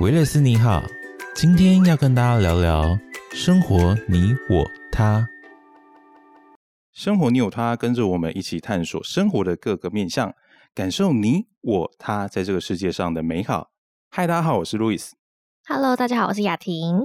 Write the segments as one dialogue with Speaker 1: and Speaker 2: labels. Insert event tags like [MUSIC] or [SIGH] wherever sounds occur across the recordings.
Speaker 1: 维勒斯你好，今天要跟大家聊聊生活你我他。
Speaker 2: 生活你有他，跟着我们一起探索生活的各个面向，感受你我他在这个世界上的美好。嗨，大家好，我是 Louis。
Speaker 3: Hello，大家好，我是雅婷。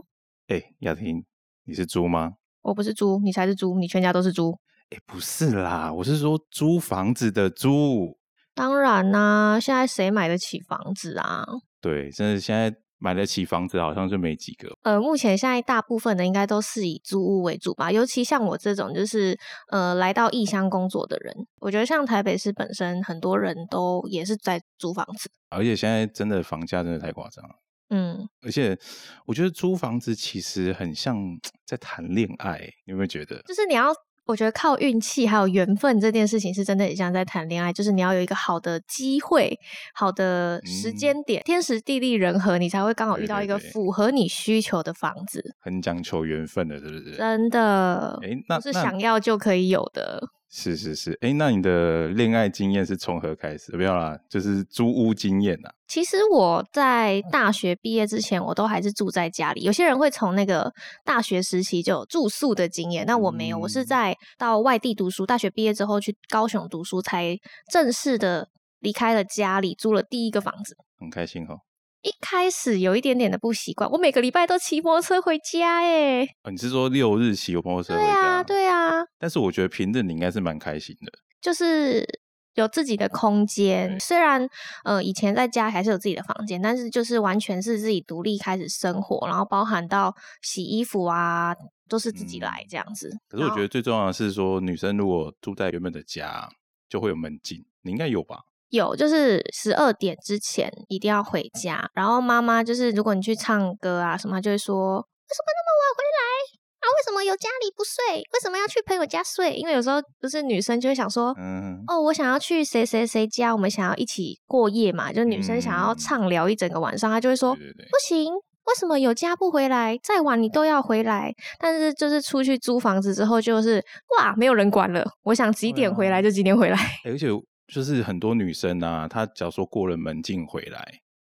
Speaker 2: 哎，雅婷，你是猪吗？
Speaker 3: 我不是猪，你才是猪，你全家都是猪。
Speaker 2: 哎，不是啦，我是说租房子的租。
Speaker 3: 当然啦、现在谁买得起房子啊？
Speaker 2: 对，真的现在买得起房子好像是没几个。
Speaker 3: 呃，目前现在大部分的应该都是以租屋为主吧，尤其像我这种就是呃来到异乡工作的人，我觉得像台北市本身很多人都也是在租房子。
Speaker 2: 而且现在真的房价真的太夸张了。
Speaker 3: 嗯，
Speaker 2: 而且我觉得租房子其实很像在谈恋爱，你有没有觉得？
Speaker 3: 就是你要。我觉得靠运气还有缘分这件事情是真的很像在谈恋爱，就是你要有一个好的机会、好的时间点，天时地利人和，你才会刚好
Speaker 2: 嗯对
Speaker 3: 遇到
Speaker 2: 对
Speaker 3: 一个
Speaker 2: 对
Speaker 3: 符合你需求的房子。
Speaker 2: 很讲求缘分的，对不对？
Speaker 3: 真的，
Speaker 2: 哎，那
Speaker 3: 不是
Speaker 2: 那
Speaker 3: 想要就可以有的。
Speaker 2: 是是是，哎，那你的恋爱经验是从何开始？没有啦，就是租屋经验啊呐。
Speaker 3: 其实我在大学毕业之前，我都还是住在家里。有些人会从那个大学时期就有住宿的经验，那我没有，我是
Speaker 2: 嗯
Speaker 3: 在到外地读书，大学毕业之后去高雄读书，才正式的离开了家里，租了第一个房子。
Speaker 2: 很开心哦。
Speaker 3: 一开始有一点点的不习惯，我每个礼拜都骑摩托车回家、欸，哎，
Speaker 2: 哦，你是说六日骑有摩托车回
Speaker 3: 对
Speaker 2: 家？
Speaker 3: 啊，。对啊，
Speaker 2: 但是我觉得平日你应该是蛮开心的。
Speaker 3: 就是有自己的空间。
Speaker 2: 对
Speaker 3: 虽然呃以前在家还是有自己的房间，但是就是完全是自己独立开始生活，然后包含到洗衣服啊，都是自己来
Speaker 2: 嗯
Speaker 3: 这样子。
Speaker 2: 可是我
Speaker 3: 然后
Speaker 2: 觉得最重要的是说，女生如果住在原本的家，就会有门禁，你应该有吧？
Speaker 3: 有，就是十二点之前一定要回家。然后妈妈就是，如果你去唱歌啊什么，她就会说为什么那么晚回来啊？为什么有家里不睡？为什么要去朋友家睡？因为有时候不是女生就会想说，
Speaker 2: 嗯，
Speaker 3: 哦，我想要去谁谁谁家，我们想要一起过夜嘛，就女生想要
Speaker 2: 嗯
Speaker 3: 畅聊一整个晚上，她就会说
Speaker 2: 对对对
Speaker 3: 不。行，为什么有家不回来？再晚你都要回来。但是就是出去租房子之后，就是哇，没有人管了，我想几
Speaker 2: 对
Speaker 3: 点回
Speaker 2: 啊
Speaker 3: 来就几点回来。
Speaker 2: 诶而且就是很多女生啊，她假如说过了门禁回来，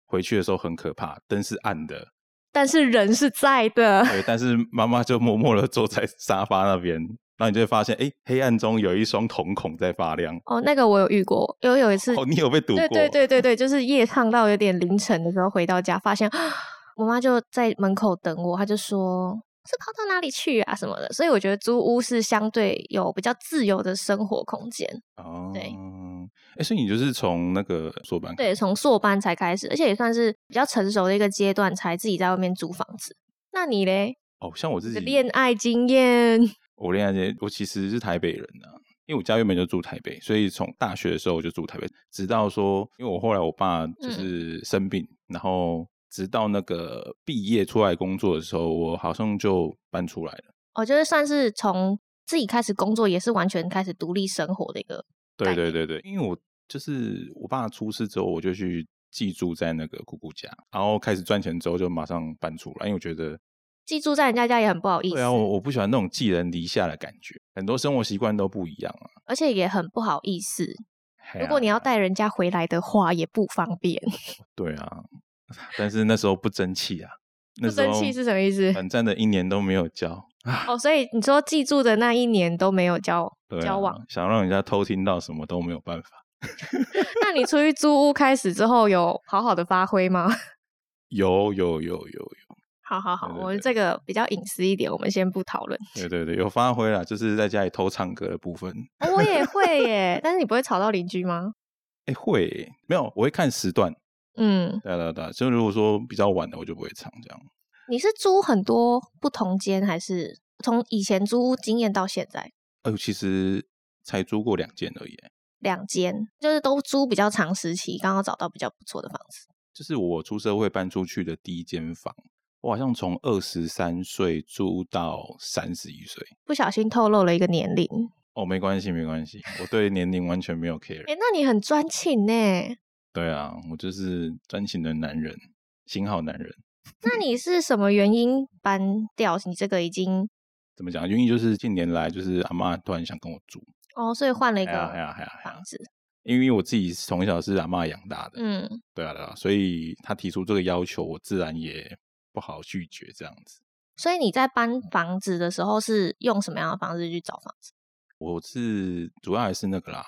Speaker 2: 回去的时候很可怕，灯是暗的，
Speaker 3: 但是人是在的， [LAUGHS]
Speaker 2: 对，但是妈妈就默默的坐在沙发那边，然后你就会发现，哎，黑暗中有一双瞳孔在发亮。
Speaker 3: 哦，那个我有遇过，有有一次，
Speaker 2: 哦，你有被堵过？
Speaker 3: 对对对对对，就是夜唱到有点凌晨的时候回到家，发现我妈就在门口等我，她就说。是跑到哪里去啊什么的，所以我觉得租屋是相对有比较自由的生活空间。
Speaker 2: 哦，
Speaker 3: 对
Speaker 2: 哎，所以你就是从那个硕班
Speaker 3: 对，从硕班才开始，而且也算是比较成熟的一个阶段，才自己在外面租房子。那你嘞？
Speaker 2: 哦，像我自
Speaker 3: 你
Speaker 2: 己
Speaker 3: 的恋爱经验？
Speaker 2: 我恋爱这些，我其实是台北人啊，因为我家原本就住台北，所以从大学的时候我就住台北，直到说，因为我后来我爸
Speaker 3: 嗯
Speaker 2: 就是生病，然后直到那个毕业出来工作的时候，我好像就搬出来了。
Speaker 3: 我觉得算是从自己开始工作，也是完全开始独立生活的一个。
Speaker 2: 对
Speaker 3: 概
Speaker 2: 对对对，因为我就是我爸出事之后，我就去寄住在那个姑姑家，然后开始赚钱之后就马上搬出来，因为我觉得
Speaker 3: 寄住在人家家也很不好意思，
Speaker 2: 对啊，我我不喜欢那种寄人篱下的感觉，很多生活习惯都不一样啊。
Speaker 3: 而且也很不好意思。
Speaker 2: 嘿
Speaker 3: 如果你
Speaker 2: 啊
Speaker 3: 要带人家回来的话，也不方便。
Speaker 2: [LAUGHS] 对啊，但是那时候不争气啊，那
Speaker 3: 不
Speaker 2: 时候
Speaker 3: 争气是什么意思
Speaker 2: 短暂的一年都没有交，
Speaker 3: 哦，所以你说记住的那一年都没有交
Speaker 2: 对啊
Speaker 3: 交往，
Speaker 2: 想让人家偷听到什么都没有办法。
Speaker 3: 那你出去租屋开始之后，有好好的发挥吗？ [LAUGHS]
Speaker 2: 有有有有有，
Speaker 3: 好好好，
Speaker 2: 对对
Speaker 3: 我们
Speaker 2: 对
Speaker 3: 这个比较隐私一点，我们先不讨
Speaker 2: [LAUGHS]
Speaker 3: 论。
Speaker 2: 对对对，有发挥啦，就是在家里偷唱歌的部分。
Speaker 3: 哦我也会耶，但是你不会吵到邻居吗？
Speaker 2: 哎，会欸没有？我会看时段，
Speaker 3: 嗯，
Speaker 2: 对啊对啊对啊，就如果说比较晚的，我就不会唱这样。
Speaker 3: 你是租很多不同间，还是从以前租屋经验到现在
Speaker 2: 哎呦，其实才租过两间而已欸，
Speaker 3: 两间，就是都租比较长时期，刚好找到比较不错的房子。
Speaker 2: 就是我出社会搬出去的第一间房，我好像从二十三岁租到三十一岁。
Speaker 3: 不小心透露了一个年龄，
Speaker 2: 哦，没关系，没关系，我对年龄完全没有 care
Speaker 3: 哎、。那你很专情呢？
Speaker 2: 对啊，我就是专情的男人，型好男人。
Speaker 3: 那你是什么原因搬掉？你这个已经
Speaker 2: 怎么讲？原因就是近年来就是阿妈突然想跟我住，
Speaker 3: 哦，所以换了一
Speaker 2: 哎呀
Speaker 3: 个
Speaker 2: 哎呀哎呀哎呀
Speaker 3: 房！子。
Speaker 2: 因为我自己从小是阿嬷养大的，
Speaker 3: 嗯，
Speaker 2: 对啊对啊，所以他提出这个要求，我自然也不好拒绝这样子。
Speaker 3: 所以你在搬房子的时候是用什么样的方式去找房子？
Speaker 2: 我是主要还是那个啦，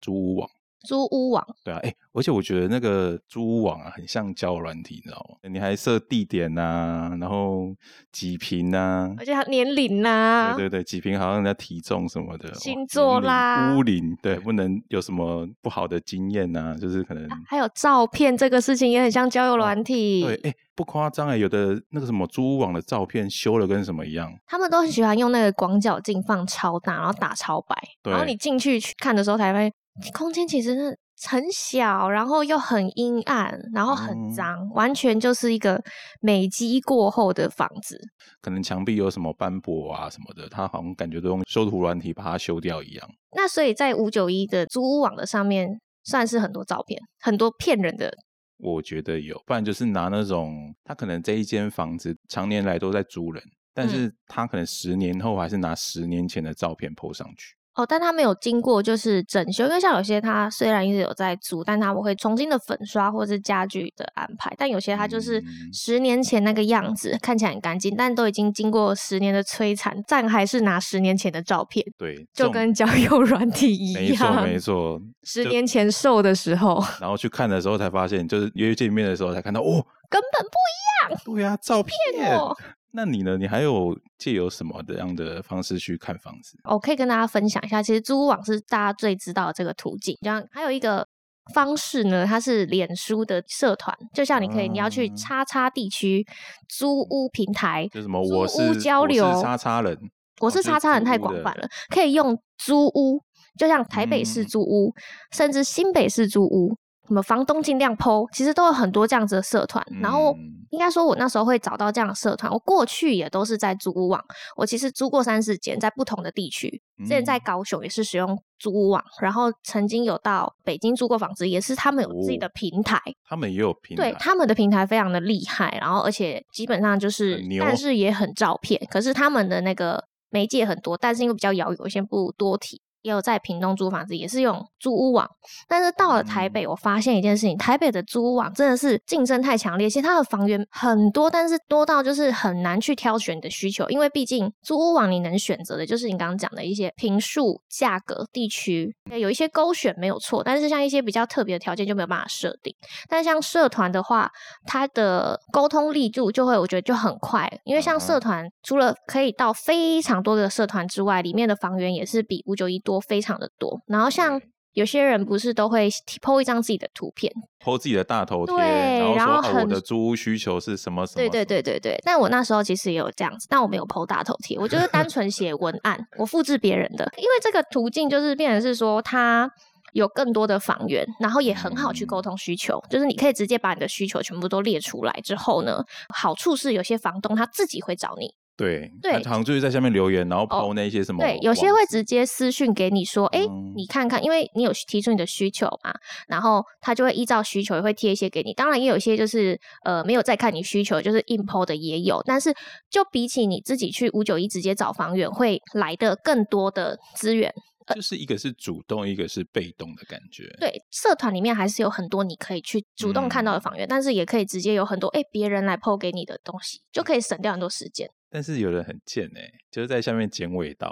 Speaker 2: 租屋网，
Speaker 3: 租屋网，
Speaker 2: 对啊，哎、而且我觉得那个租屋网啊，很像交友软体，你知道吗？你还设地点呐、然后几平啊呐、
Speaker 3: 而且还有年龄啊啦、
Speaker 2: 对对对，几瓶好像人家体重什么的，哦
Speaker 3: 星座啦
Speaker 2: 屋龄对，不能有什么不好的经验呐、就是可能、
Speaker 3: 还有照片这个事情也很像交友软体，
Speaker 2: 哦对，哎、不夸张哎，有的那个什么租屋网的照片修了跟什么一样，
Speaker 3: 他们都很喜欢用那个广角镜放超大，然后打超白，然后
Speaker 2: 对
Speaker 3: 你进去去看的时候才发现，空间其实是很小，然后又很阴暗，然后很
Speaker 2: 嗯
Speaker 3: 脏，完全就是一个美肌过后的房子。
Speaker 2: 可能墙壁有什么斑驳啊什么的，他好像感觉都用修图软体把它修掉一样。
Speaker 3: 那所以在五九一的租屋网的上面，算是很多照片，很多骗人的。
Speaker 2: 我觉得有，不然就是拿那种他可能这一间房子常年来都在租人，但
Speaker 3: 嗯
Speaker 2: 是他可能十年后还是拿十年前的照片 PO 上去。
Speaker 3: 哦，但他没有经过就是整修，因为像有些它虽然一直有在租，但他们会重新的粉刷或是家具的安排，但有些它就是
Speaker 2: 嗯
Speaker 3: 十年前那个样子，看起来很干净，但都已经经过十年的摧残，但还是拿十年前的照片，
Speaker 2: 对，这
Speaker 3: 就
Speaker 2: 种
Speaker 3: 跟交友软体一
Speaker 2: 没错
Speaker 3: 样。
Speaker 2: 没错，
Speaker 3: 十
Speaker 2: 就
Speaker 3: 年前瘦的时候， [LAUGHS]
Speaker 2: 然后去看的时候才发现，就是约见面的时候才看到，哦，
Speaker 3: 根本不
Speaker 2: 对呀、照片。
Speaker 3: 我
Speaker 2: 那你呢？你还有借由什么的样的方式去看房子？
Speaker 3: 我可以跟大家分享一下，其实租屋网是大家最知道的这个途径。然后还有一个方式呢，它是脸书的社团，就像你可以，你要去
Speaker 2: 啊
Speaker 3: 叉叉地区租屋平台，
Speaker 2: 就什么
Speaker 3: 租
Speaker 2: 我是
Speaker 3: 屋交流
Speaker 2: 我是叉叉人，
Speaker 3: 我
Speaker 2: 哦
Speaker 3: 是
Speaker 2: 就是
Speaker 3: 叉叉人
Speaker 2: 租
Speaker 3: 太
Speaker 2: 屋
Speaker 3: 广
Speaker 2: 的
Speaker 3: 泛了，可以用租屋，就像台北市
Speaker 2: 嗯
Speaker 3: 租屋，甚至新北市租屋，什么房东尽量剖，其实都有很多这样子的社团。然后
Speaker 2: 嗯
Speaker 3: 应该说，我那时候会找到这样的社团，我过去也都是在租屋网，我其实租过三四间，在不同的地区。之前在
Speaker 2: 嗯
Speaker 3: 高雄也是使用租屋网，然后曾经有到北京租过房子，也是他们有自己的
Speaker 2: 哦
Speaker 3: 平台，
Speaker 2: 他们也有啊平台，
Speaker 3: 对他们的平台非常的厉害，然后而且基本上就是
Speaker 2: 很，牛
Speaker 3: 但是也很照片。可是他们的那个媒介很多，但是因为比较遥远，我先不多提。也有在屏东租房子，也是用租屋网，但是到了台北，
Speaker 2: 嗯
Speaker 3: 我发现一件事情：台北的租屋网真的是竞争太强烈，其实它的房源很多，但是多到就是很难去挑选你的需求，因为毕竟租屋网你能选择的就是你刚刚讲的一些平数、价格、地区，有一些勾选没有错，但是像一些比较特别的条件就没有办法设定。但像社团的话，它的沟通力度就会，我觉得就很快，因为像
Speaker 2: 嗯
Speaker 3: 社
Speaker 2: 哼
Speaker 3: 团除了可以到非常多的社团之外，里面的房源也是比五九一多非常的多。然后像
Speaker 2: 对
Speaker 3: 有些人不是都会 PO 一张自己的图片，
Speaker 2: 剖自己的大头贴，
Speaker 3: 对
Speaker 2: 然后
Speaker 3: 然
Speaker 2: 说
Speaker 3: 后
Speaker 2: 啊我
Speaker 3: 很
Speaker 2: 的租屋需求是什么什么，
Speaker 3: 对对对对对。但我那时候其实也有这样子，但我没有剖大头贴，我就是单纯写文案，我复制别人的，因为这个途径就是变成是说它有更多的房源，然后也很好去沟
Speaker 2: 嗯
Speaker 3: 通需求，就是你可以直接把你的需求全部都列出来之后呢，好处是有些房东他自己会找你，
Speaker 2: 对
Speaker 3: 对
Speaker 2: 他好像就是在下面留言，然后
Speaker 3: 哦
Speaker 2: 抛那些什么网
Speaker 3: 对
Speaker 2: 址，，
Speaker 3: 有些会直接私讯给你说，哎、
Speaker 2: 嗯
Speaker 3: 你看看，因为你有提出你的需求嘛，然后他就会依照需求也会贴一些给你。当然也有一些就是呃没有再看你需求，就是硬抛的也有，但是就比起你自己去五九一直接找房源，会来的更多的资源。
Speaker 2: 就是一个是主动，一个是被动的感觉，
Speaker 3: 对，社团里面还是有很多你可以去主动看到的
Speaker 2: 嗯
Speaker 3: 房源，但是也可以直接有很多哎别人来抛给你的东西，就可以省掉很多时间。
Speaker 2: 但是有人很贱哎、就是在下面剪尾刀，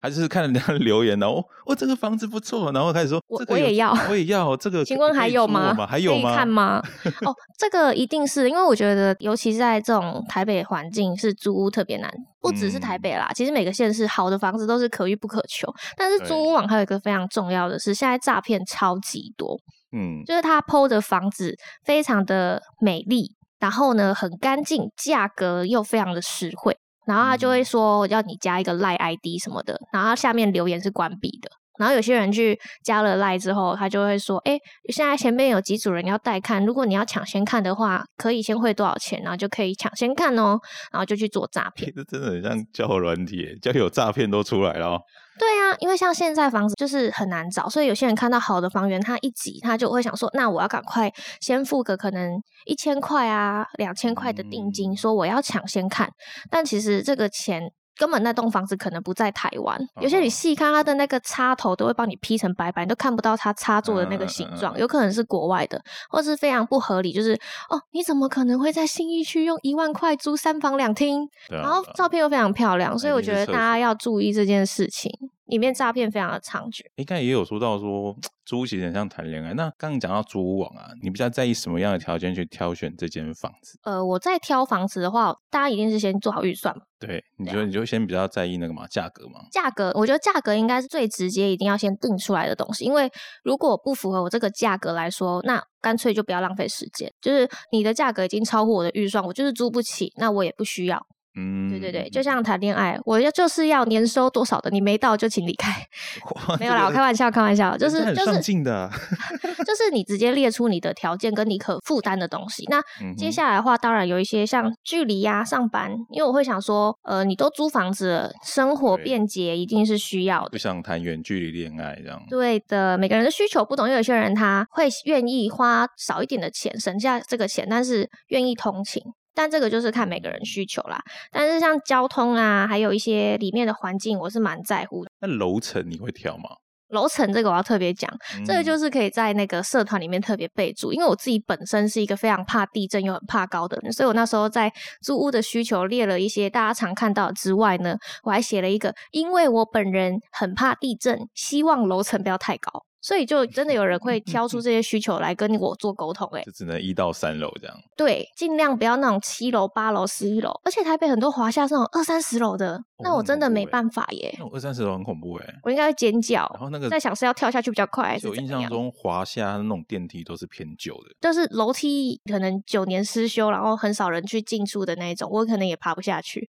Speaker 2: 他就是看人家 [LAUGHS] 的留言，然后哦哦这个房子不错，然后开始说
Speaker 3: 我
Speaker 2: 这个
Speaker 3: 我也
Speaker 2: 有
Speaker 3: 要
Speaker 2: 我也要这
Speaker 3: [LAUGHS]
Speaker 2: 个可，
Speaker 3: 请问
Speaker 2: 可
Speaker 3: 还
Speaker 2: 以
Speaker 3: 有
Speaker 2: 租我
Speaker 3: 吗？
Speaker 2: 还有
Speaker 3: 可以
Speaker 2: 吗？[LAUGHS]
Speaker 3: 看吗？哦，这个一定是因为我觉得，尤其是在这种台北环境，是租屋特别难。不只是台
Speaker 2: 嗯
Speaker 3: 北啦，其实每个县市好的房子都是可遇不可求。但是租
Speaker 2: 对
Speaker 3: 屋网还有一个非常重要的是，现在诈骗超级多，
Speaker 2: 嗯，
Speaker 3: 就是他剖的房子非常的美丽，然后呢很干净，价格又非常的实惠。然后他就会
Speaker 2: 嗯
Speaker 3: 说要你加一个赖 ID 什么的，然后下面留言是关闭的。然后有些人去加了赖之后，他就会说：“哎，现在前面有几组人要带看，如果你要抢先看的话，可以先汇多少钱，然后就可以抢先看哦。”然后就去做诈骗。
Speaker 2: 这真的很像交友软体、欸，交友诈骗都出来了、哦。
Speaker 3: 对啊，因为像现在房子就是很难找，所以有些人看到好的房源，他一急他就会想说，那我要赶快先付个可能一千块啊、两千块的定金，
Speaker 2: 嗯
Speaker 3: 说我要抢先看。但其实这个钱根本那栋房子可能不在台湾。
Speaker 2: 哦
Speaker 3: 有些你细看它的那个插头都会帮你劈成白白，你都看不到它插座的那个形
Speaker 2: 嗯嗯
Speaker 3: 状，
Speaker 2: 嗯嗯
Speaker 3: 有可能是国外的，或是非常不合理。就是哦，你怎么可能会在信义区用一万块租三房两厅？
Speaker 2: 对啊
Speaker 3: 然后
Speaker 2: 对啊
Speaker 3: 照片又非常漂亮，所以
Speaker 2: 一
Speaker 3: 我
Speaker 2: 定是
Speaker 3: 觉得
Speaker 2: 社
Speaker 3: 大家要注意这件事情。里面诈骗非常的猖獗，
Speaker 2: 应该也有说到说租屋其实很像谈恋爱。那刚刚讲到租屋网啊，你比较在意什么样的条件去挑选这间房子？
Speaker 3: 呃，我在挑房子的话，大家一定是先做好预算嘛。
Speaker 2: 对，你
Speaker 3: 啊
Speaker 2: 觉得你就先比较在意那个嘛价格嘛？
Speaker 3: 价格，我觉得价格应该是最直接，一定要先定出来的东西。因为如果不符合我这个价格来说，那干脆就不要浪费时间。就是你的价格已经超乎我的预算，我就是租不起，那我也不需要。
Speaker 2: 嗯，
Speaker 3: 对对对，就像谈恋爱，我要就是要年收多少的，你没到就请离开。
Speaker 2: 哇
Speaker 3: 没有啦，我开玩笑，开玩笑，就
Speaker 2: 人
Speaker 3: 是
Speaker 2: 家很
Speaker 3: 就
Speaker 2: 上
Speaker 3: 是
Speaker 2: 进的啊 [LAUGHS]
Speaker 3: 就是你直接列出你的条件跟你可负担的东西。那
Speaker 2: 嗯哼
Speaker 3: 接下来的话，当然有一些像距离呀、上班，因为我会想说，呃，你都租房子了，生活
Speaker 2: 对
Speaker 3: 便捷一定是需要的。
Speaker 2: 不想谈远距离恋爱这样。
Speaker 3: 对的，每个人的需求不同，因为有些人他会愿意花少一点的钱，省下这个钱，但是愿意通勤。但这个就是看每个人需求啦。但是像交通啊，还有一些里面的环境，我是蛮在乎的。
Speaker 2: 那楼层你会挑吗？
Speaker 3: 楼层这个我要特别讲，这个
Speaker 2: 嗯
Speaker 3: 就是是可以在那个社团里面特别备注，因为我自己本身是一个非常怕地震又很怕高的人，所以我那时候在租屋的需求列了一些大家常看到的之外呢，我还写了一个，因为我本人很怕地震，希望楼层不要太高，所以就真的有人会挑
Speaker 2: 嗯
Speaker 3: 出这些需求来跟我做沟通、欸，诶，
Speaker 2: 就只能一到三楼这样。
Speaker 3: 对，尽量不要那种七楼、八楼、十一楼，而且台北很多华夏是那种二三十楼的，那
Speaker 2: 哦
Speaker 3: 我真的没办法耶、
Speaker 2: 那种二三十楼很恐怖哎、
Speaker 3: 我应该会尖叫
Speaker 2: 然。后那个
Speaker 3: 在想是要跳下去比较快还是
Speaker 2: 我印
Speaker 3: 怎
Speaker 2: 象
Speaker 3: 样
Speaker 2: 中华夏那种电梯都是偏旧的。
Speaker 3: 就是楼梯可能九年失修，然后很少人去进出的那一种，我可能也爬不下去，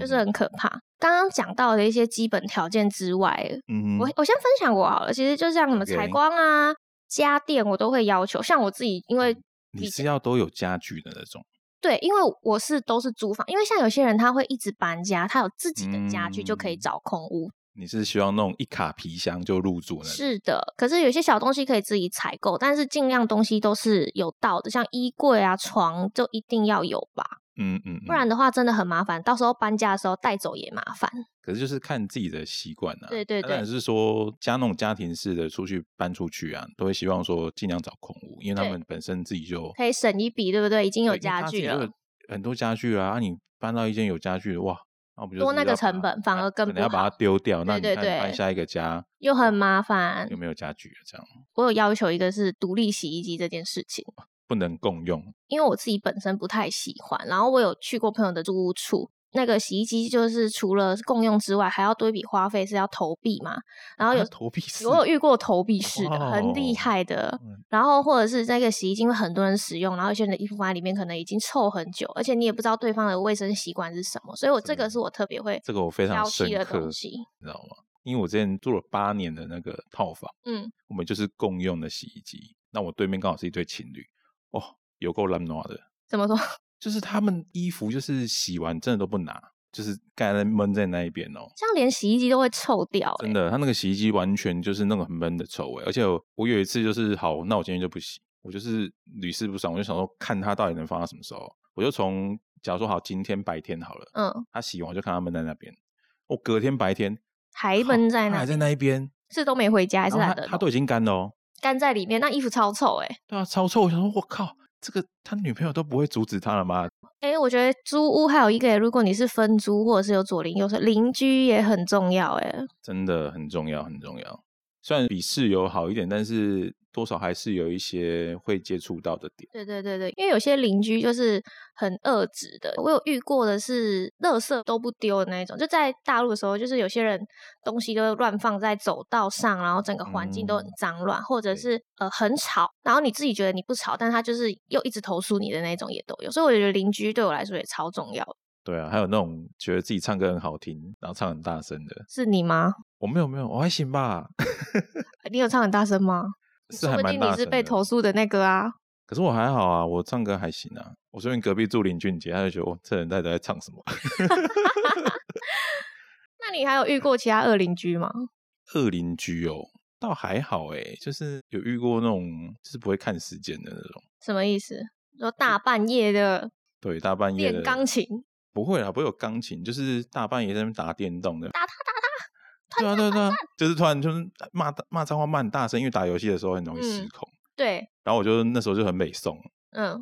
Speaker 3: 就是
Speaker 2: 嗯
Speaker 3: 很可怕。刚刚讲到的一些基本条件之外，
Speaker 2: 嗯
Speaker 3: 我
Speaker 2: 哼
Speaker 3: 我先分享我好了。其实就像什么
Speaker 2: OK
Speaker 3: 采光啊、家电，我都会要求。像我自己，因为
Speaker 2: 你是要都有家具的那种，
Speaker 3: 对，因为我是都是租房，因为像有些人他会一直搬家，他有自己的家具就可以
Speaker 2: 嗯
Speaker 3: 找空屋，
Speaker 2: 你是希望那种一卡皮箱就入住那种？
Speaker 3: 是的，可是有些小东西可以自己采购，但是尽量东西都是有到的，像衣柜啊、床就一定要有吧。
Speaker 2: 嗯嗯，
Speaker 3: 不然的话真的很麻烦，到时候搬家的时候带走也麻烦。
Speaker 2: 可是就是看自己的习惯啊。
Speaker 3: 对对
Speaker 2: 当然
Speaker 3: 对
Speaker 2: 是说家那种家庭式的出去搬出去啊，都会希望说尽量找空屋，因为他
Speaker 3: 对
Speaker 2: 们本身自己就
Speaker 3: 可以省一笔，对不对？已经有
Speaker 2: 对因为
Speaker 3: 家
Speaker 2: 他自己
Speaker 3: 具
Speaker 2: 就
Speaker 3: 了
Speaker 2: 有，很多家具啊，啊你搬到一间有家具的哇，那我们就
Speaker 3: 多
Speaker 2: 是
Speaker 3: 那个
Speaker 2: 要把
Speaker 3: 成
Speaker 2: 它
Speaker 3: 本反
Speaker 2: 啊
Speaker 3: 而更
Speaker 2: 可能
Speaker 3: 不
Speaker 2: 要把
Speaker 3: 好
Speaker 2: 它丢掉。那你
Speaker 3: 对
Speaker 2: 看
Speaker 3: 对
Speaker 2: 搬
Speaker 3: 对嗯
Speaker 2: 下一个家
Speaker 3: 又很麻烦
Speaker 2: 有。没有家具啊？这样
Speaker 3: 我有要求一个是独立洗衣机这件事情，
Speaker 2: 不能共用，
Speaker 3: 因为我自己本身不太喜欢，然后我有去过朋友的租屋处。那个洗衣机就是除了共用之外，还要多一笔花费是要投币嘛，然后
Speaker 2: [LAUGHS]
Speaker 3: 有
Speaker 2: 啊投币式
Speaker 3: 我有遇过投币式的，很厉
Speaker 2: 哇哦
Speaker 3: 害的
Speaker 2: 嗯。
Speaker 3: 然后或者是那个洗衣机，因为很多人使用，然后有些人的衣服放在里面可能已经臭很久，而且你也不知道对方的卫生习惯是什么，所以我这
Speaker 2: 真的
Speaker 3: 个是我特别会
Speaker 2: 这个我非常
Speaker 3: 挑
Speaker 2: 深
Speaker 3: 剔的
Speaker 2: 刻
Speaker 3: 东，西。
Speaker 2: 你知道吗？因为我之前住了八年的那个套房，
Speaker 3: 嗯，
Speaker 2: 我们就是共用的洗衣机。那我对面刚好是一对情侣，哦，有够烂暖的，
Speaker 3: 怎么说？ [LAUGHS]
Speaker 2: 就是他们衣服就是洗完真的都不拿，就是盖在闷在那一边哦。
Speaker 3: 像连洗衣机都会臭掉、欸，
Speaker 2: 真的，他那个洗衣机完全就是那种很闷的臭味，而且我我有一次就是好，那我今天就不洗，我就是屡试不爽，我就想说看它到底能放到什么时候，我就从假如说好今天白天好了，
Speaker 3: 嗯，
Speaker 2: 他洗完我就看他闷在那边，我隔天白天
Speaker 3: 还闷在
Speaker 2: 他
Speaker 3: 那
Speaker 2: 还
Speaker 3: 里，
Speaker 2: 在那一边，
Speaker 3: 是都没回家，还
Speaker 2: 然
Speaker 3: 是
Speaker 2: 后
Speaker 3: 懒
Speaker 2: 他
Speaker 3: 得
Speaker 2: 他
Speaker 3: 弄
Speaker 2: 都已经干了哦，
Speaker 3: 干在里面，那衣服超臭、欸，哎
Speaker 2: 对啊，超臭！我想说，我靠，这个他女朋友都不会阻止他了吗？
Speaker 3: 哎、我觉得租屋还有一个，如果你是分租或者是有左邻右舍，邻居也很重要、欸，哎，
Speaker 2: 真的很重要，很重要。虽然比室友好一点，但是多少还是有一些会接触到的点。
Speaker 3: 对对对对，因为有些邻居就是很恶质的，我有遇过的是垃圾都不丢的那一种。就在大陆的时候，就是有些人东西都会乱放在走道上，然后整个环境都很
Speaker 2: 嗯
Speaker 3: 脏乱，或者
Speaker 2: 对
Speaker 3: 是呃很吵，然后你自己觉得你不吵，但他就是又一直投诉你的那种也都有。所以我觉得邻居对我来说也超重要的。
Speaker 2: 对啊，还有那种觉得自己唱歌很好听，然后唱很大声的。
Speaker 3: 是你吗？
Speaker 2: 我没有没有，我还行吧，
Speaker 3: 你有唱很大声吗？
Speaker 2: 是
Speaker 3: 说
Speaker 2: 还
Speaker 3: 不
Speaker 2: 蛮
Speaker 3: 定
Speaker 2: 大
Speaker 3: 你
Speaker 2: 声
Speaker 3: 是
Speaker 2: 的
Speaker 3: 被投诉的那个啊。
Speaker 2: 可是我还好啊，我唱歌还行啊。我说你隔壁住林俊杰，他就觉得哦，这人到底在唱什么？
Speaker 3: 那你还有遇过其他恶邻居吗？
Speaker 2: 恶邻居哦，倒还好诶、就是有遇过那种就是不会看时间的那种。
Speaker 3: 什么意思？说大半夜的
Speaker 2: 嗯对，大半夜
Speaker 3: 练
Speaker 2: 的
Speaker 3: 钢琴，
Speaker 2: 不会啦，不会有钢琴，就是大半夜在那边打电动的。
Speaker 3: 打他打他，
Speaker 2: 对
Speaker 3: 团
Speaker 2: 啊，对啊，
Speaker 3: 战
Speaker 2: 对啊，就是突然就是骂骂脏话骂很大声，因为打游戏的时候很容易失
Speaker 3: 嗯
Speaker 2: 控。
Speaker 3: 对，
Speaker 2: 然后我就那时候就很美颂，
Speaker 3: 嗯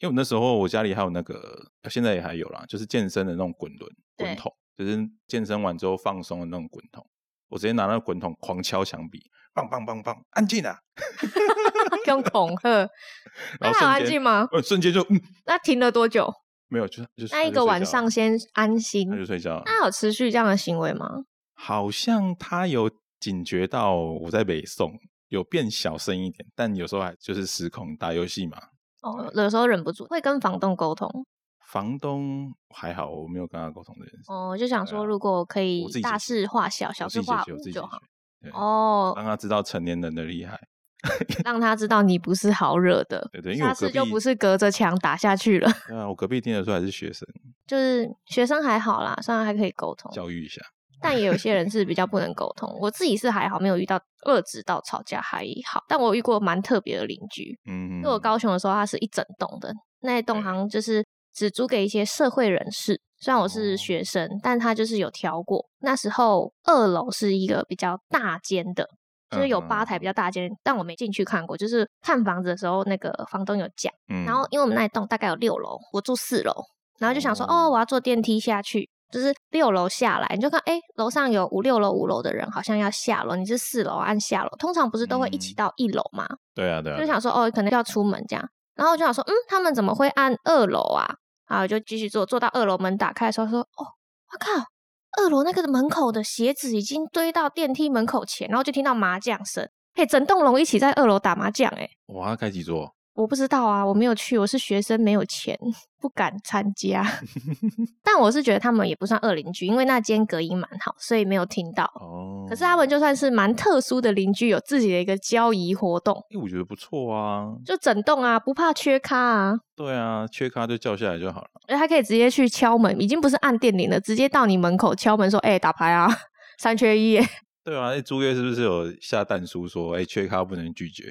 Speaker 2: 因为我那时候我家里还有那个，呃现在也还有啦，就是健身的那种滚轮
Speaker 3: 对
Speaker 2: 滚筒，就是健身完之后放松的那种滚筒。我直接拿那个滚筒狂敲墙壁，棒棒棒棒，安静
Speaker 3: [LAUGHS]
Speaker 2: 啊！
Speaker 3: 用恐吓。
Speaker 2: 然
Speaker 3: 那
Speaker 2: 后
Speaker 3: 还有
Speaker 2: 瞬
Speaker 3: 安静
Speaker 2: 间，
Speaker 3: 吗？
Speaker 2: 呃，瞬间就嗯，
Speaker 3: 那停了多久？
Speaker 2: 没有，就是就是
Speaker 3: 那一个晚上啊先安心
Speaker 2: 他。就睡觉了。
Speaker 3: 那有持续这样的行为吗？
Speaker 2: 好像他有警觉到我在北宋，有变小声一点，但有时候还就是失控打游戏嘛。
Speaker 3: 哦，有时候忍不住会跟房东沟通。
Speaker 2: 房东还好，我没有跟他沟通这件事，
Speaker 3: 哦，就想
Speaker 2: 对
Speaker 3: 说
Speaker 2: 啊
Speaker 3: 如果可以
Speaker 2: 我自己解
Speaker 3: 大
Speaker 2: 决
Speaker 3: 事化小，小
Speaker 2: 我自
Speaker 3: 事
Speaker 2: 己解
Speaker 3: 化
Speaker 2: 决，我
Speaker 3: 无
Speaker 2: 自己解
Speaker 3: 就好
Speaker 2: 决。。对，
Speaker 3: 哦，
Speaker 2: 让他知道成年人的厉害。
Speaker 3: 让他知道你不是好惹的。
Speaker 2: [LAUGHS] 对对，因为
Speaker 3: 下
Speaker 2: 我
Speaker 3: 次
Speaker 2: 隔
Speaker 3: 就
Speaker 2: 壁
Speaker 3: 不是隔着墙打下去了。 [LAUGHS]
Speaker 2: 对啊，我隔壁听得出来是学生，
Speaker 3: 就是学生还好啦，虽然还可以沟通，
Speaker 2: 教育一下。
Speaker 3: 但也有些人是比较不能沟通。我自己是还好，没有遇到遏制到吵架还好，但我遇过蛮特别的邻居。
Speaker 2: 嗯，
Speaker 3: 因为我高雄的时候，它是一整栋的，那一栋
Speaker 2: 对
Speaker 3: 好像就是只租给一些社会人士。虽然我是
Speaker 2: 哦
Speaker 3: 学生，但他就是有调过。那时候二楼是一个比较大间的，就是有吧台比
Speaker 2: 较，
Speaker 3: 较大间，但我没进去看过。就是看房子的时候，那个房东有讲。
Speaker 2: 嗯
Speaker 3: 然后因为我们那一栋大概有六楼，我住四楼，然后就想说，哦，
Speaker 2: 哦
Speaker 3: 我要坐电梯下去，就是六楼下来，你就看，哎，楼上有五六楼、五楼的人好像要下楼，你是四楼按下楼，通常不是都会一
Speaker 2: 嗯
Speaker 3: 起到一楼吗？
Speaker 2: 对啊对啊，
Speaker 3: 就
Speaker 2: 对
Speaker 3: 想说，哦，可能要出门这样，然后我就想说，嗯，他们怎么会按二楼啊？啊，我就继续坐，坐到二楼门打开的时候，说，哦，我靠。二楼那个门口的鞋子已经堆到电梯门口前，然后就听到麻将声。嘿，整栋楼一起在二楼打麻将、欸，
Speaker 2: 哇，他开几桌？
Speaker 3: 我不知道啊，我没有去，我是学生，没有钱，不敢参加。但我是觉得他们也不算恶邻居，因为那间隔音蛮好，所以没有听到。
Speaker 2: 哦，
Speaker 3: 可是他们就算是蛮特殊的邻居，有自己的一个交易活动，
Speaker 2: 哎，我觉得不错啊。
Speaker 3: 就整栋啊，不怕缺咖啊，
Speaker 2: 对啊，缺咖就叫下来就好了。
Speaker 3: 而还可以直接去敲门，已经不是按电铃了，直接到你门口敲门说：“哎、打牌啊， [LAUGHS] 三缺一耶。
Speaker 2: 对啊，哎，租约是不是有下蛋书说，哎，缺咖不能拒绝？”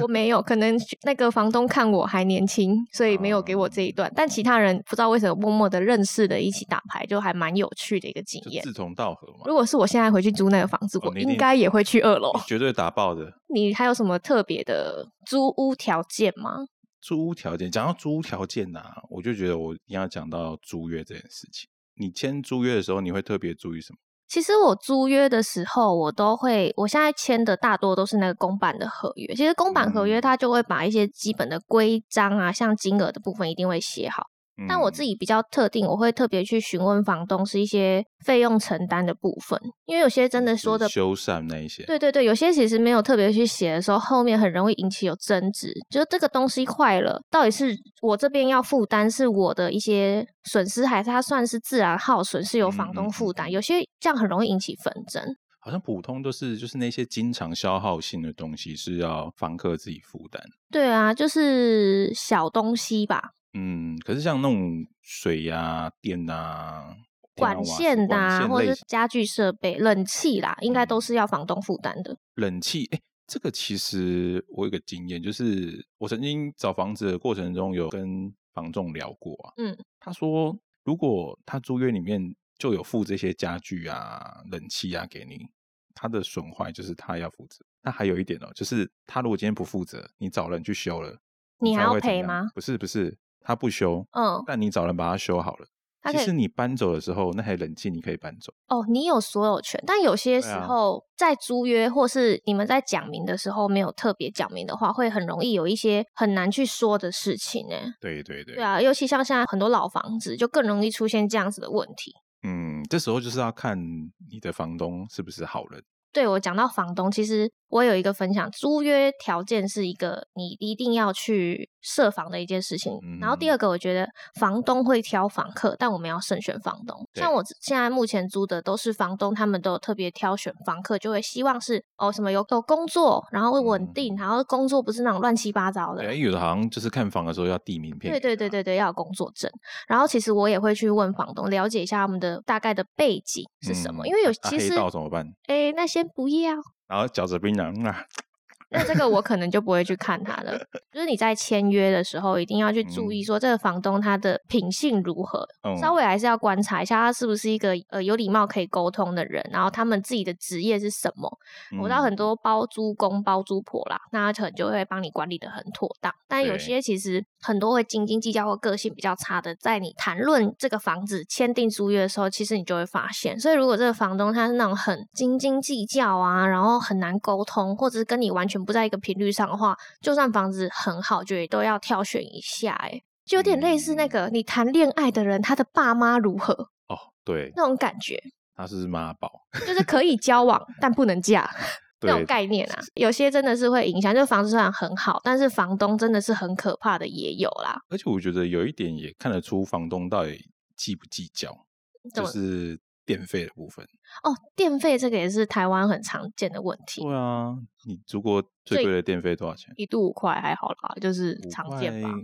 Speaker 3: 我没有，可能那个房东看我还年轻，所以没有给我这一段。但其他人不知道为什么默默的认识了，一起打牌，就还蛮有趣的一个经
Speaker 2: 就
Speaker 3: 验。
Speaker 2: 志同道合嘛，
Speaker 3: 如果是我现在回去租那个房子，
Speaker 2: 哦
Speaker 3: 我
Speaker 2: 你一定
Speaker 3: 应该也会去二楼
Speaker 2: [LAUGHS] 你。绝对打爆的。
Speaker 3: 你还有什么特别的租屋条件吗？
Speaker 2: 租屋条件，讲到租屋条件呐、我就觉得我一定要讲到租约这件事情。你签租约的时候，你会特别注意什么？
Speaker 3: 其实我租约的时候，我都会，我现在签的大多都是那个公版的合约。其实公版合约
Speaker 2: 嗯
Speaker 3: 它就会把一些基本的规章啊，像金额的部分一定会写好。但我自
Speaker 2: 己
Speaker 3: 己比较特定，我会特别去询问房东是一些费用承担的部分，因为有些真的说的
Speaker 2: 修缮那一些，
Speaker 3: 对对对，有些其实没有特别去写的时候，后面很容易引起有争执。就是这个东西坏了，到底是我这边要负担是我的一些损失，还是它算是自然耗损，是由房
Speaker 2: 嗯嗯
Speaker 3: 东
Speaker 2: 嗯
Speaker 3: 负
Speaker 2: 嗯
Speaker 3: 担？有些这样很容易引起纷争。
Speaker 2: 好像普通都是就是那些经常消耗性的东西是要房客自己负担。
Speaker 3: 对啊，就是小东西吧，
Speaker 2: 嗯，可是像那种水呀、电啊、电啊
Speaker 3: 管线的、
Speaker 2: 瓦
Speaker 3: 啊，
Speaker 2: 斯
Speaker 3: 或
Speaker 2: 管
Speaker 3: 者
Speaker 2: 线
Speaker 3: 是家具设备、冷气啦，应该都
Speaker 2: 嗯
Speaker 3: 是要房东负担的。
Speaker 2: 冷气，哎，这个其实我有个经验，就是我曾经找房子的过程中有跟房仲聊过啊，
Speaker 3: 嗯，
Speaker 2: 他说如果他租约里面就有附这些家具啊、冷气啊给你，他的损坏就是他要负责。那还有一点哦，就是他如果今天不负责，你找人去修了，
Speaker 3: 你还
Speaker 2: 才
Speaker 3: 要
Speaker 2: 会怎
Speaker 3: 赔
Speaker 2: 样
Speaker 3: 吗？
Speaker 2: 不是不是，他不修，
Speaker 3: 嗯，
Speaker 2: 但你找人把它修好了。
Speaker 3: 他
Speaker 2: 其
Speaker 3: 可以
Speaker 2: 实你搬走的时候，那台冷气你可以搬走。
Speaker 3: 哦，你有所有权，但有些
Speaker 2: 对
Speaker 3: 时
Speaker 2: 啊
Speaker 3: 候在租约或是你们在讲明的时候没有特别讲明的话，会很容易有一些很难去说的事情呢、
Speaker 2: 对对对
Speaker 3: 对啊，尤其像现在很多老房子，就更容易出现这样子的问题。
Speaker 2: 嗯，这时候就是要看你的房东是不是好人。
Speaker 3: 对我讲到房东，其实我有一个分享，租约条件是一个你一定要去设防的一件事情。然后
Speaker 2: 嗯
Speaker 3: 第二个，我觉得房东会挑房客，但我们要慎选房东。像
Speaker 2: 对
Speaker 3: 我之现在目前租的都是房东，他们都有特别挑选房客，就会希望是哦什么有有工作，然后会稳定，
Speaker 2: 嗯
Speaker 3: 然后工作不是那种乱七八糟的。
Speaker 2: 哎，有的好像就是看房的时候要递名片
Speaker 3: 啊对
Speaker 2: 给他。啊
Speaker 3: 对对对对，要有工作证。然后其实我也会去问房东，了解一下他们的大概的背景是什么，
Speaker 2: 嗯
Speaker 3: 因为有
Speaker 2: 啊啊
Speaker 3: 其
Speaker 2: 黑
Speaker 3: 实
Speaker 2: 道怎么办？
Speaker 3: 哎，那先不要，
Speaker 2: 然后嚼着槟榔啊，
Speaker 3: 那这个我可能就不会去看他了。就是你在签约的时候，一定要去注意说这个房东他的品性如何，
Speaker 2: 嗯
Speaker 3: 稍微还是要观察一下他是不是一个呃有礼貌、可以沟通的人，然后他们自己的职业是什么。
Speaker 2: 嗯
Speaker 3: 我知道很多包租公、包租婆啦，那他可能就会帮你管理的很妥当。但有
Speaker 2: 对
Speaker 3: 些其实很多会斤斤计较或个性比较差的，在你谈论这个房子签订租约的时候，其实你就会发现。所以如果这个房东他是那种很斤斤计较啊，然后很难沟通，或者是跟你完全不在一个频率上的话，就算房子很好，就也都要挑选一下、欸。哎，就有点类似那个你谈恋爱的人他的爸妈如何
Speaker 2: 哦，对，
Speaker 3: 那种感觉，
Speaker 2: 他是妈宝，
Speaker 3: 就是可以交往但不能嫁。那种
Speaker 2: 对，
Speaker 3: 概念啊，有些真的是会影响。就房子虽然很好，但是房东真的是很可怕的，也有啦。
Speaker 2: 而且我觉得有一点也看得出房东到底计不计较，就
Speaker 3: 怎么
Speaker 2: 是电费的部分。
Speaker 3: 哦，电费这个也是台湾很常见的问题，
Speaker 2: 对啊，你如果
Speaker 3: 最
Speaker 2: 最贵的电费多少钱？
Speaker 3: 一度五块还好啦，就是
Speaker 2: 五
Speaker 3: 常见吧
Speaker 2: 块。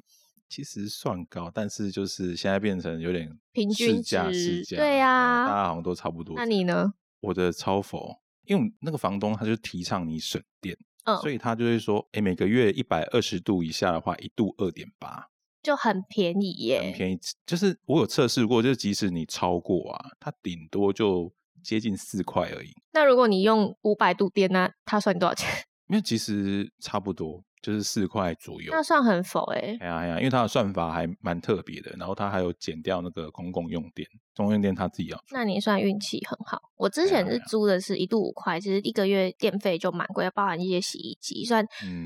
Speaker 2: 其实算高，但是就是现在变成有点
Speaker 3: 平
Speaker 2: 市
Speaker 3: 均
Speaker 2: 价市
Speaker 3: 值
Speaker 2: 价，
Speaker 3: 对啊
Speaker 2: 大家好像都差不多。
Speaker 3: 那你呢？
Speaker 2: 我的超佛，因为那个房东他就提倡你省电，
Speaker 3: 嗯，
Speaker 2: 所以他就会说，哎，每个月一百二十度以下的话，一度二点八，
Speaker 3: 就很便宜耶，
Speaker 2: 很便宜。就是我有测试过，就是即使你超过啊，它顶多就接近四块而已，
Speaker 3: 那如果你用五百度电，那它算多少钱？
Speaker 2: 因为其实差不多就是四块左右
Speaker 3: 那。算很否哎、
Speaker 2: 哎呀哎呀，因为它的算法还蛮特别的，然后它还有减掉那个公共用电，公共用电它自己要出。
Speaker 3: 那你算运气很好。我之
Speaker 2: 对啊
Speaker 3: 前
Speaker 2: 对
Speaker 3: 是
Speaker 2: 啊
Speaker 3: 租的是一度五块，其实一个月电费就蛮贵，包含一些洗衣机，算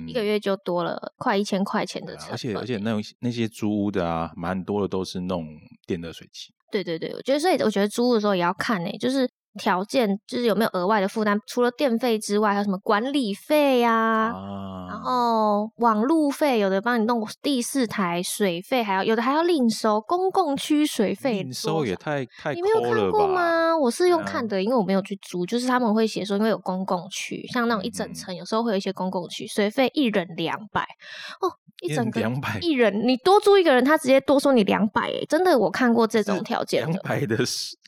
Speaker 3: 一个
Speaker 2: 嗯
Speaker 3: 月就多了快一千块钱的
Speaker 2: 对啊
Speaker 3: 成
Speaker 2: 而且
Speaker 3: 本
Speaker 2: 而且那种那些租屋的啊，蛮多的都是那种电热水器。
Speaker 3: 对对对，我觉得所以我觉得租屋的时候也要看呢、就是条件就是有没有额外的负担，除了电费之外，还有什么管理费呀、
Speaker 2: 啊
Speaker 3: 然后网路费有的帮你弄第四台水费，还有有的还要另收公共区水费多
Speaker 2: 你
Speaker 3: 少，
Speaker 2: 收也太太
Speaker 3: 你没有
Speaker 2: 抠
Speaker 3: 看
Speaker 2: 了
Speaker 3: 过
Speaker 2: 吧
Speaker 3: 吗？我是用
Speaker 2: 对啊
Speaker 3: 看的，因为我没有去租，就是他们会写说，因为有公共区，像那种一整
Speaker 2: 嗯
Speaker 3: 层，有时候会有一些公共区，水费一人两百哦，一整个
Speaker 2: 两百
Speaker 3: 一人，你多租一个人，他直接多收你两百，哎，真的，我看过这种条件
Speaker 2: 两
Speaker 3: 的，
Speaker 2: 百的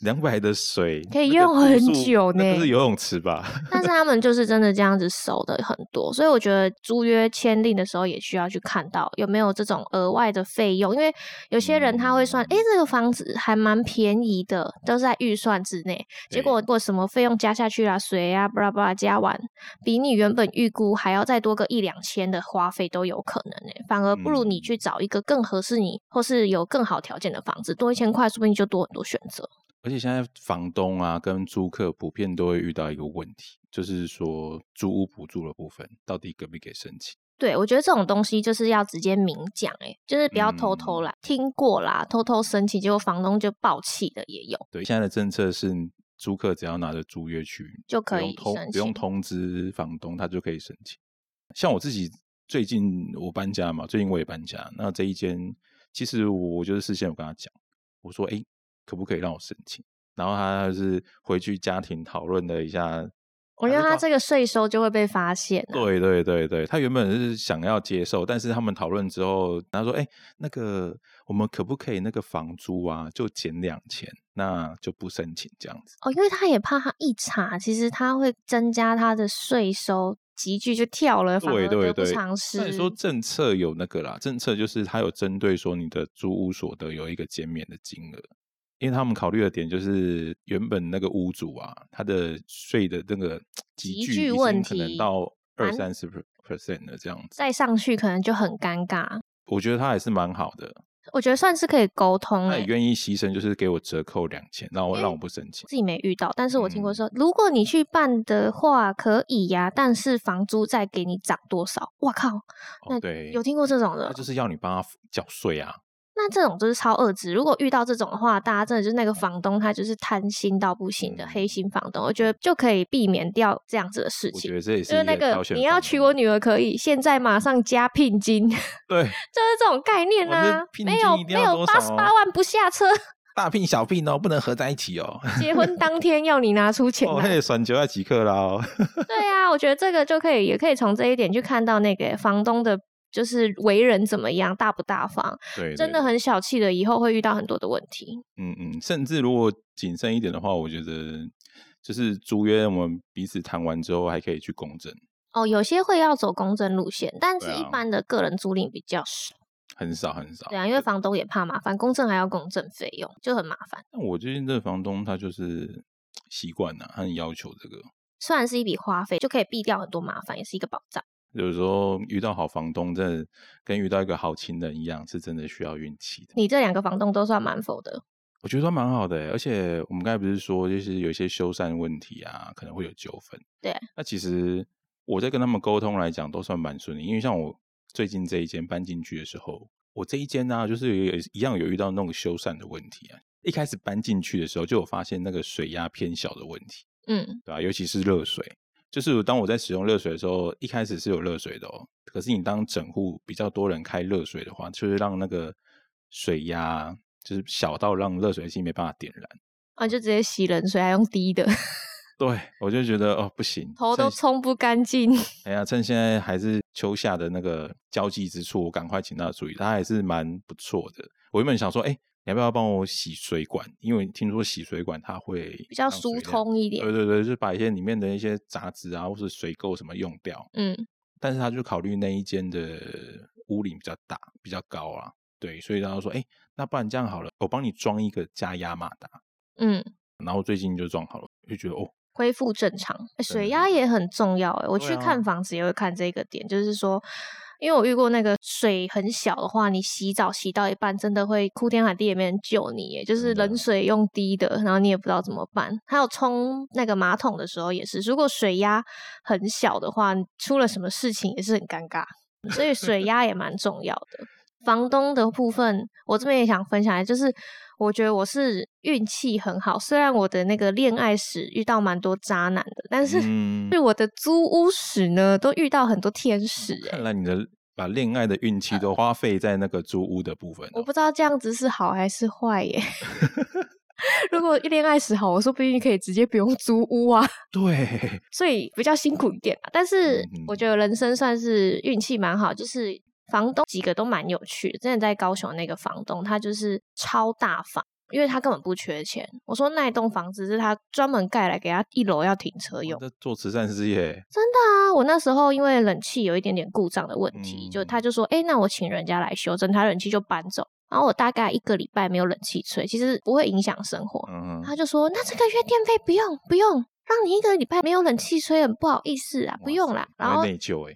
Speaker 2: 两百的水
Speaker 3: 可以
Speaker 2: 那个
Speaker 3: 用
Speaker 2: 度
Speaker 3: 很
Speaker 2: 数
Speaker 3: 久
Speaker 2: 那
Speaker 3: 呢
Speaker 2: 不是游泳池吧？ [LAUGHS]
Speaker 3: 但是他们就是真的这样子收的很多，所以我觉得租约签订的时候也需要去看到有没有这种额外的费用，因为有些人他会算，
Speaker 2: 嗯
Speaker 3: 诶、这个房子还蛮便宜的，都是在预算之内，结
Speaker 2: 对
Speaker 3: 果如果什么费用加下去啦，水啊，巴拉巴拉加完，比你原本预估还要再多个一两千的花费都有可能呢、反而不如你
Speaker 2: 嗯
Speaker 3: 去找一个更合适你或是有更好条件的房子，多一千块说不定就多很多选择。
Speaker 2: 而且现在房东啊跟租客普遍都会遇到一个问题，就是说租屋补助的部分到底给不给申请？
Speaker 3: 对，我觉得这种东西就是要直接明讲，哎，就是不要偷偷
Speaker 2: 嗯
Speaker 3: 啦，听过啦，偷偷申请，结果房东就爆气的也有，
Speaker 2: 对，现在的政策是租客只要拿着租约去
Speaker 3: 就
Speaker 2: 不
Speaker 3: 可
Speaker 2: 用
Speaker 3: 以
Speaker 2: 通
Speaker 3: 申
Speaker 2: 不用
Speaker 3: 请
Speaker 2: 通知房东，他就可以申请。像我自己最近我搬家嘛，最近我也搬家，那这一间其实我就是事先有跟他讲，我说哎、诶可不可以让我申请？然后他就是回去家庭讨论了一下，
Speaker 3: 嗯我觉得
Speaker 2: 还是
Speaker 3: 他
Speaker 2: 搞
Speaker 3: 这个税收就会被发现啊、
Speaker 2: 对对对对，他原本是想要接受，但是他们讨论之后，他说：“哎、那个我们可不可以那个房租啊，就减两千，那就不申请这样子。”
Speaker 3: 哦，因为他也怕他一查，其实他会增加他的税收，急剧就跳了，反而
Speaker 2: 对对
Speaker 3: 得不
Speaker 2: 对，
Speaker 3: 偿
Speaker 2: 那
Speaker 3: 失
Speaker 2: 你。说政策有那个啦，政策就是它有针对说你的租屋所得有一个减免的金额，因为他们考虑的点就是原本那个屋主啊，他的税的那个
Speaker 3: 集
Speaker 2: 集
Speaker 3: 聚
Speaker 2: 聚已
Speaker 3: 问
Speaker 2: 经可能
Speaker 3: 题
Speaker 2: 到二
Speaker 3: 蛮
Speaker 2: 三十 percent 了这样子，
Speaker 3: 再上去可能就很尴尬，
Speaker 2: 我觉得他还是蛮好的，
Speaker 3: 我觉得算是可以沟通、
Speaker 2: 他
Speaker 3: 欸
Speaker 2: 也。愿意牺牲，就是给我折扣两千，让我
Speaker 3: 因
Speaker 2: 让
Speaker 3: 为
Speaker 2: 我不申请。
Speaker 3: 自己没遇到，但是我听过
Speaker 2: 嗯
Speaker 3: 说，如果你去办的话可以呀、但是房租再给你涨多少？哇靠！那
Speaker 2: 哦，对，
Speaker 3: 有听过这种的哦
Speaker 2: 他就是要你帮他缴税啊，
Speaker 3: 那这种就是超恶质。如果遇到这种的话，大家真的就是那个房东，他就是贪心到不行的
Speaker 2: 嗯
Speaker 3: 黑心房东，我觉得就可以避免掉这样子的事
Speaker 2: 我觉
Speaker 3: 情。
Speaker 2: 得这也是
Speaker 3: 就是
Speaker 2: 一
Speaker 3: 那
Speaker 2: 挑
Speaker 3: 个
Speaker 2: 选
Speaker 3: 你要
Speaker 2: 方啊
Speaker 3: 娶
Speaker 2: 法
Speaker 3: 我女儿可以，现在马上加聘金， [LAUGHS] 就是
Speaker 2: 对
Speaker 3: 这种概念
Speaker 2: 我
Speaker 3: 啦、
Speaker 2: 这
Speaker 3: 啊。
Speaker 2: 哦聘
Speaker 3: 没
Speaker 2: 金
Speaker 3: 有
Speaker 2: 一定
Speaker 3: 没
Speaker 2: 要
Speaker 3: 有
Speaker 2: 多
Speaker 3: 八
Speaker 2: 少
Speaker 3: 十
Speaker 2: 哦
Speaker 3: 八万不下车， [LAUGHS]
Speaker 2: 大聘小聘哦，不能合在一起哦。
Speaker 3: 结婚当天要你拿出钱
Speaker 2: 哦，
Speaker 3: 来
Speaker 2: 那。也算九要几克啦哦。
Speaker 3: 对啊，我觉得这个就可以，也可以从这一点去看到那个房东的，就是为人怎么样，大不大方，
Speaker 2: 对，
Speaker 3: 真的
Speaker 2: 对，
Speaker 3: 很小气的，以后会遇到很多的问题。
Speaker 2: 嗯嗯，甚至如果谨慎一点的话，我觉得就是租约我们彼此谈完之后还可以去公证，
Speaker 3: 哦，有些会要走公证路线，但是
Speaker 2: 对啊
Speaker 3: 一般的个人租赁比较少。
Speaker 2: 很少很少。
Speaker 3: 对啊，因为房东也怕麻烦，公证还要公证费用，就很麻烦。
Speaker 2: 但我最近这个房东他就是习惯了，他很要求这个。
Speaker 3: 虽然是一笔花费，就可以避掉很多麻烦，也是一个保障。
Speaker 2: 有时候遇到好房东，真的跟遇到一个好情人一样，是真的需要运气的。
Speaker 3: 你这两个房东都算蛮否的，
Speaker 2: 我觉得都蛮好的欸、而且我们刚才不是说，就是有一些修缮问题啊，可能会有纠纷。
Speaker 3: 对，
Speaker 2: 那其实我在跟他们沟通来讲，都算蛮顺利。因为像我最近这一间搬进去的时候，我这一间呢、就是有一样有遇到那种修缮的问题啊。一开始搬进去的时候，就有发现那个水压偏小的问题，
Speaker 3: 嗯，
Speaker 2: 对吧、啊尤其是热水，就是当我在使用热水的时候，一开始是有热水的哦。可是你当整户比较多人开热水的话，就是让那个水压就是小到让热水器没办法点燃。
Speaker 3: 啊，就直接洗冷水，还用滴的， [LAUGHS]
Speaker 2: 对我就觉得哦不行，
Speaker 3: 头都
Speaker 2: 趁
Speaker 3: 冲不干净。 [LAUGHS]
Speaker 2: 哎呀，趁现在还是秋夏的那个交际之处，我赶快请他注意，他还是蛮不错的。我原本想说，哎，你要不要帮我洗水管？因为听说洗水管它会
Speaker 3: 比较
Speaker 2: 让水
Speaker 3: 疏
Speaker 2: 量
Speaker 3: 通一点
Speaker 2: 对对对，就是把一些里面的一些杂质啊，或是水垢什么用掉。
Speaker 3: 嗯，
Speaker 2: 但是他就考虑那一间的屋龄比较大、比较高啊，对，所以他就说，哎，那不然这样好了，我帮你装一个加压马达。
Speaker 3: 嗯，
Speaker 2: 然后最近就装好了，就觉得哦，
Speaker 3: 恢复正常。欸水
Speaker 2: 对
Speaker 3: 压也很重要哎、我
Speaker 2: 对
Speaker 3: 去
Speaker 2: 啊
Speaker 3: 看房子也会看这个点，就是说，因为我遇过那个水很小的话，你洗澡洗到一半，真的会哭天喊地，也没人救你耶，就是
Speaker 2: 真的
Speaker 3: 冷水用滴的，然后你也不知道怎么办。还有冲那个马桶的时候也是，如果水压很小的话，出了什么事情也是很尴尬，所以水压也蛮重要的。房东的部分，我这边也想分享一下，就是我觉得我是运气很好，虽然我的那个恋爱史遇到蛮多渣男的，但是、
Speaker 2: 嗯
Speaker 3: 是我的租屋史呢，都遇到很多天使、欸。
Speaker 2: 看来你的把恋爱的运气都花费在那个租屋的部分哦、
Speaker 3: 呃我不知道这样子是好还是坏耶、 [LAUGHS] 如果恋爱史好，我说不定可以直接不用租屋啊，
Speaker 2: 对，
Speaker 3: 所以比较辛苦一点啊。但是
Speaker 2: 嗯哼
Speaker 3: 我觉得人生算是运气蛮好，就是房东几个都蛮有趣的。真的在高雄那个房东，他就是超大方，因为他根本不缺钱。我说那一栋房子是他专门盖来给他一楼要停车用。
Speaker 2: 这做慈善事业，
Speaker 3: 啊，我那时候因为冷气有一点点故障的问题，就
Speaker 2: 嗯
Speaker 3: 他就说，哎、那我请人家来修整台冷气就搬走。然后我大概一个礼拜没有冷气吹，其实不会影响生活。
Speaker 2: 嗯哼，
Speaker 3: 他就说，那这个月电费不用不用，让你一个礼拜没有冷气吹，很不好意思啊，不
Speaker 2: 哇
Speaker 3: 用
Speaker 2: 塞
Speaker 3: 啦。
Speaker 2: 你
Speaker 3: 然
Speaker 2: 会
Speaker 3: 后
Speaker 2: 内疚哎、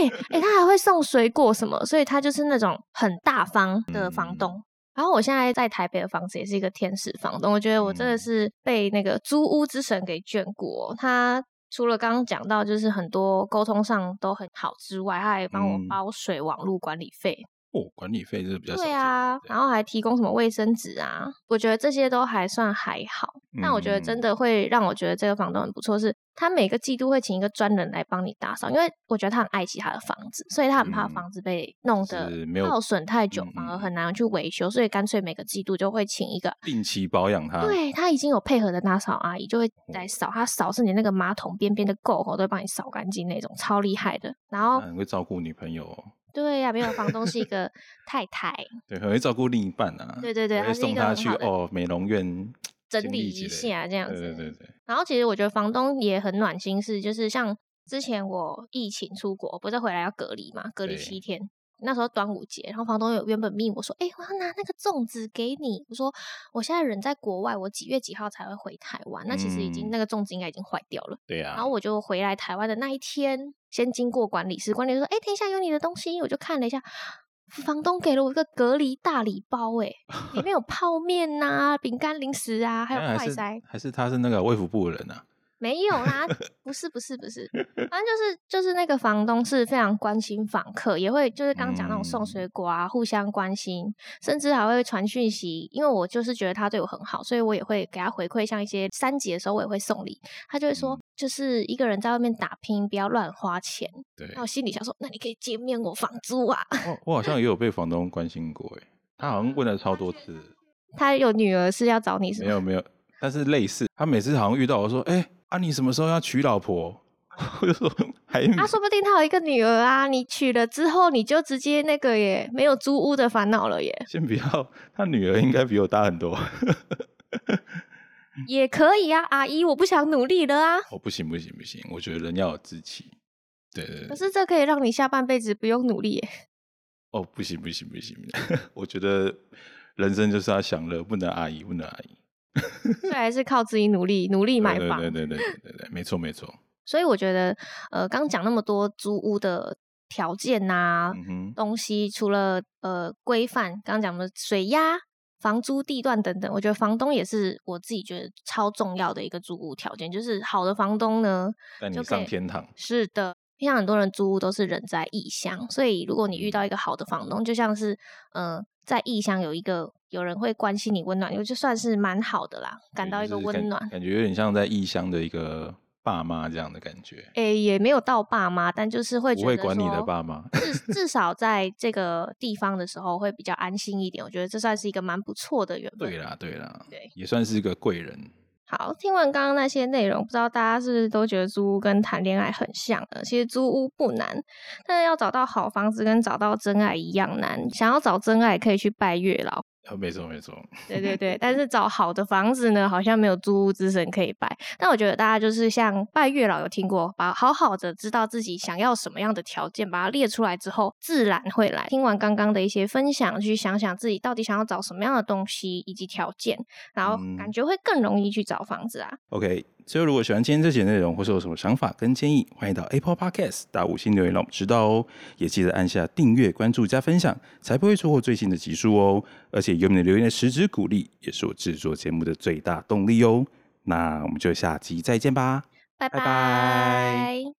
Speaker 3: 对，哎、他还会送水果什么，所以他就是那种很大方的房
Speaker 2: 嗯
Speaker 3: 东。然后我现在在台北的房子也是一个天使房东，我觉得我真的
Speaker 2: 嗯
Speaker 3: 是被那个租屋之神给眷顾、哦。他除了刚刚讲到就是很多沟通上都很好之外，他还帮我
Speaker 2: 嗯
Speaker 3: 包水、网路管理费，
Speaker 2: 哦，管理费就是比较少
Speaker 3: 对
Speaker 2: 见
Speaker 3: 啊，
Speaker 2: 对
Speaker 3: 然后还提供什么卫生纸啊，我觉得这些都还算还好。那我觉得真
Speaker 2: 嗯
Speaker 3: 的会让我觉得这个房东很不错，是他每个季度会请一个专人来帮你打扫，因为我觉得他很爱惜他的房子，所以他很怕
Speaker 2: 嗯
Speaker 3: 房子被弄得
Speaker 2: 就是没有
Speaker 3: 耗损太久
Speaker 2: 嗯，
Speaker 3: 反而
Speaker 2: 嗯
Speaker 3: 很难去维修，所以干脆每个季度就会请一个。
Speaker 2: 定期保养它，
Speaker 3: 对他已经有配合的打扫阿姨，就会
Speaker 2: 哦
Speaker 3: 来扫。他扫是你那个马桶边边的垢吼，都会帮你扫干净那种，超厉害的。然后
Speaker 2: 他，很会照顾女朋友哦，
Speaker 3: 对呀、没有房东是一个太
Speaker 2: [LAUGHS]
Speaker 3: 太，
Speaker 2: 对，很会照顾另一半啊，
Speaker 3: 对对对
Speaker 2: 很
Speaker 3: 他
Speaker 2: 啊会
Speaker 3: 是一
Speaker 2: 送
Speaker 3: 个
Speaker 2: 他
Speaker 3: 很
Speaker 2: 去
Speaker 3: 好的
Speaker 2: 哦美容院
Speaker 3: 整
Speaker 2: 经
Speaker 3: 理
Speaker 2: 历
Speaker 3: 一
Speaker 2: 之类的呃
Speaker 3: 下这样子。
Speaker 2: 对对对对，
Speaker 3: 然后其实我觉得房东也很暖心是，就是像之前我疫情出国，不是回来要隔离嘛，隔离
Speaker 2: 对
Speaker 3: 七天。那时候端午节，然后房东有原本命我说，哎、我要拿那个粽子给你。我说我现在人在国外，我几月几号才会回台湾？那其实已经、
Speaker 2: 嗯
Speaker 3: 那个粽子应该已经坏掉了。
Speaker 2: 对啊呀、
Speaker 3: 然后我就回来台湾的那一天，先经过管理室，管理室说，哎、等一下有你的东西。我就看了一下，房东给了我一个隔离大礼包、诶哎，里面有泡面呐、饼干、零食啊，还有
Speaker 2: 那
Speaker 3: 快
Speaker 2: 是
Speaker 3: 塞。
Speaker 2: 还是他是那个卫福部的人
Speaker 3: [LAUGHS]
Speaker 2: 啊，
Speaker 3: 没有啦，不是不是不是，反正就是就是那个房东是非常关心访客，也会就是刚讲那种送
Speaker 2: 嗯
Speaker 3: 水果啊，互相关心，甚至还会传讯息。因为我就是觉得他对我很好，所以我也会给他回馈，像一些三级的时候我也会送礼，他就会
Speaker 2: 嗯
Speaker 3: 说。就是一个人在外面打拼，不要乱花钱。
Speaker 2: 对哦
Speaker 3: 那，我心里想说，那你可以减免我房租啊。 [LAUGHS]
Speaker 2: 我我好像也有被房东关心过哎、他好像问了超多
Speaker 3: [LAUGHS]
Speaker 2: 次的。
Speaker 3: 他有女儿是要找你是
Speaker 2: 没
Speaker 3: 吗？
Speaker 2: 有没有，但是类似，他每次好像遇到我说，哎、啊你什么时候要娶老婆？ [LAUGHS] 我就说还没
Speaker 3: 啊，说不定他有一个女儿啊，你娶了之后你就直接那个耶，没有租屋的烦恼了耶。
Speaker 2: 先不要，他女儿应该比我大很多。 [LAUGHS]
Speaker 3: 也可以啊，阿姨，我不想努力了啊。
Speaker 2: 哦，不行不行不行，我觉得人要有志气。对对
Speaker 3: 可
Speaker 2: 对，
Speaker 3: 是这可以让你下半辈子不用努力耶。
Speaker 2: 哦，不行不行不行， [LAUGHS] 我觉得人生就是要享乐，不能阿姨，不能阿姨。
Speaker 3: 所以还是靠自己努力，努力买
Speaker 2: 对
Speaker 3: 房。
Speaker 2: 对对对对对对，没错没错。
Speaker 3: 所以我觉得，呃，刚讲那么多租屋的条件呐、
Speaker 2: 嗯哼，
Speaker 3: 东西，除了呃规范，刚讲的水压、房租、地段等等，我觉得房东也是我自己觉得超重要的一个租屋条件，就是好的房东呢，
Speaker 2: 带你
Speaker 3: 就可
Speaker 2: 上
Speaker 3: 以
Speaker 2: 天堂。
Speaker 3: 是的，像很多人租屋都是人在异乡，所以如果你遇到一个好的房东，就像是呃，在异乡有一个有人会关心你、温暖你，就算是蛮好的啦，感
Speaker 2: 对嗯
Speaker 3: 到
Speaker 2: 就
Speaker 3: 一个
Speaker 2: 是
Speaker 3: 温
Speaker 2: 感
Speaker 3: 暖。
Speaker 2: 感觉有点像在异乡的一个爸妈这样的感觉，
Speaker 3: 诶、也没有到爸妈，但就是会觉
Speaker 2: 不
Speaker 3: 得
Speaker 2: 会管你的
Speaker 3: 说
Speaker 2: 爸妈。
Speaker 3: 至至少在这个地方的时候会比较安心一点，我觉得这算是一个蛮不错的缘分。
Speaker 2: 对啦对啦，
Speaker 3: 对
Speaker 2: 也算是个贵人。
Speaker 3: 好，听完刚刚那些内容，不知道大家是不是都觉得租屋跟谈恋爱很像呢？其实租屋不难，但是要找到好房子跟找到真爱一样难。想要找真爱，可以去拜月老，
Speaker 2: 呃，没错没错，
Speaker 3: 对对对。但是找好的房子呢，好像没有租屋之神可以拜。但我觉得大家就是像拜月老，有听过，把好好的知道自己想要什么样的条件，把它列出来之后，自然会来。听完刚刚的一些分享，去想想自己到底想要找什么样的东西以及条件，然后
Speaker 2: 嗯
Speaker 3: 感觉会更容易去找房子啊。
Speaker 2: OK，最后如果喜欢今天这节内容，或是有什么想法跟建议，欢迎到 Apple Podcast 打五星留言让我们知道哦。也记得按下订阅、关注、加分享，才不会错过最新的集数哦。而且有你的留言的实质鼓励，也是我制作节目的最大动力哦。那我们就下集再见吧。
Speaker 3: 拜
Speaker 2: 拜
Speaker 3: 拜。
Speaker 2: 拜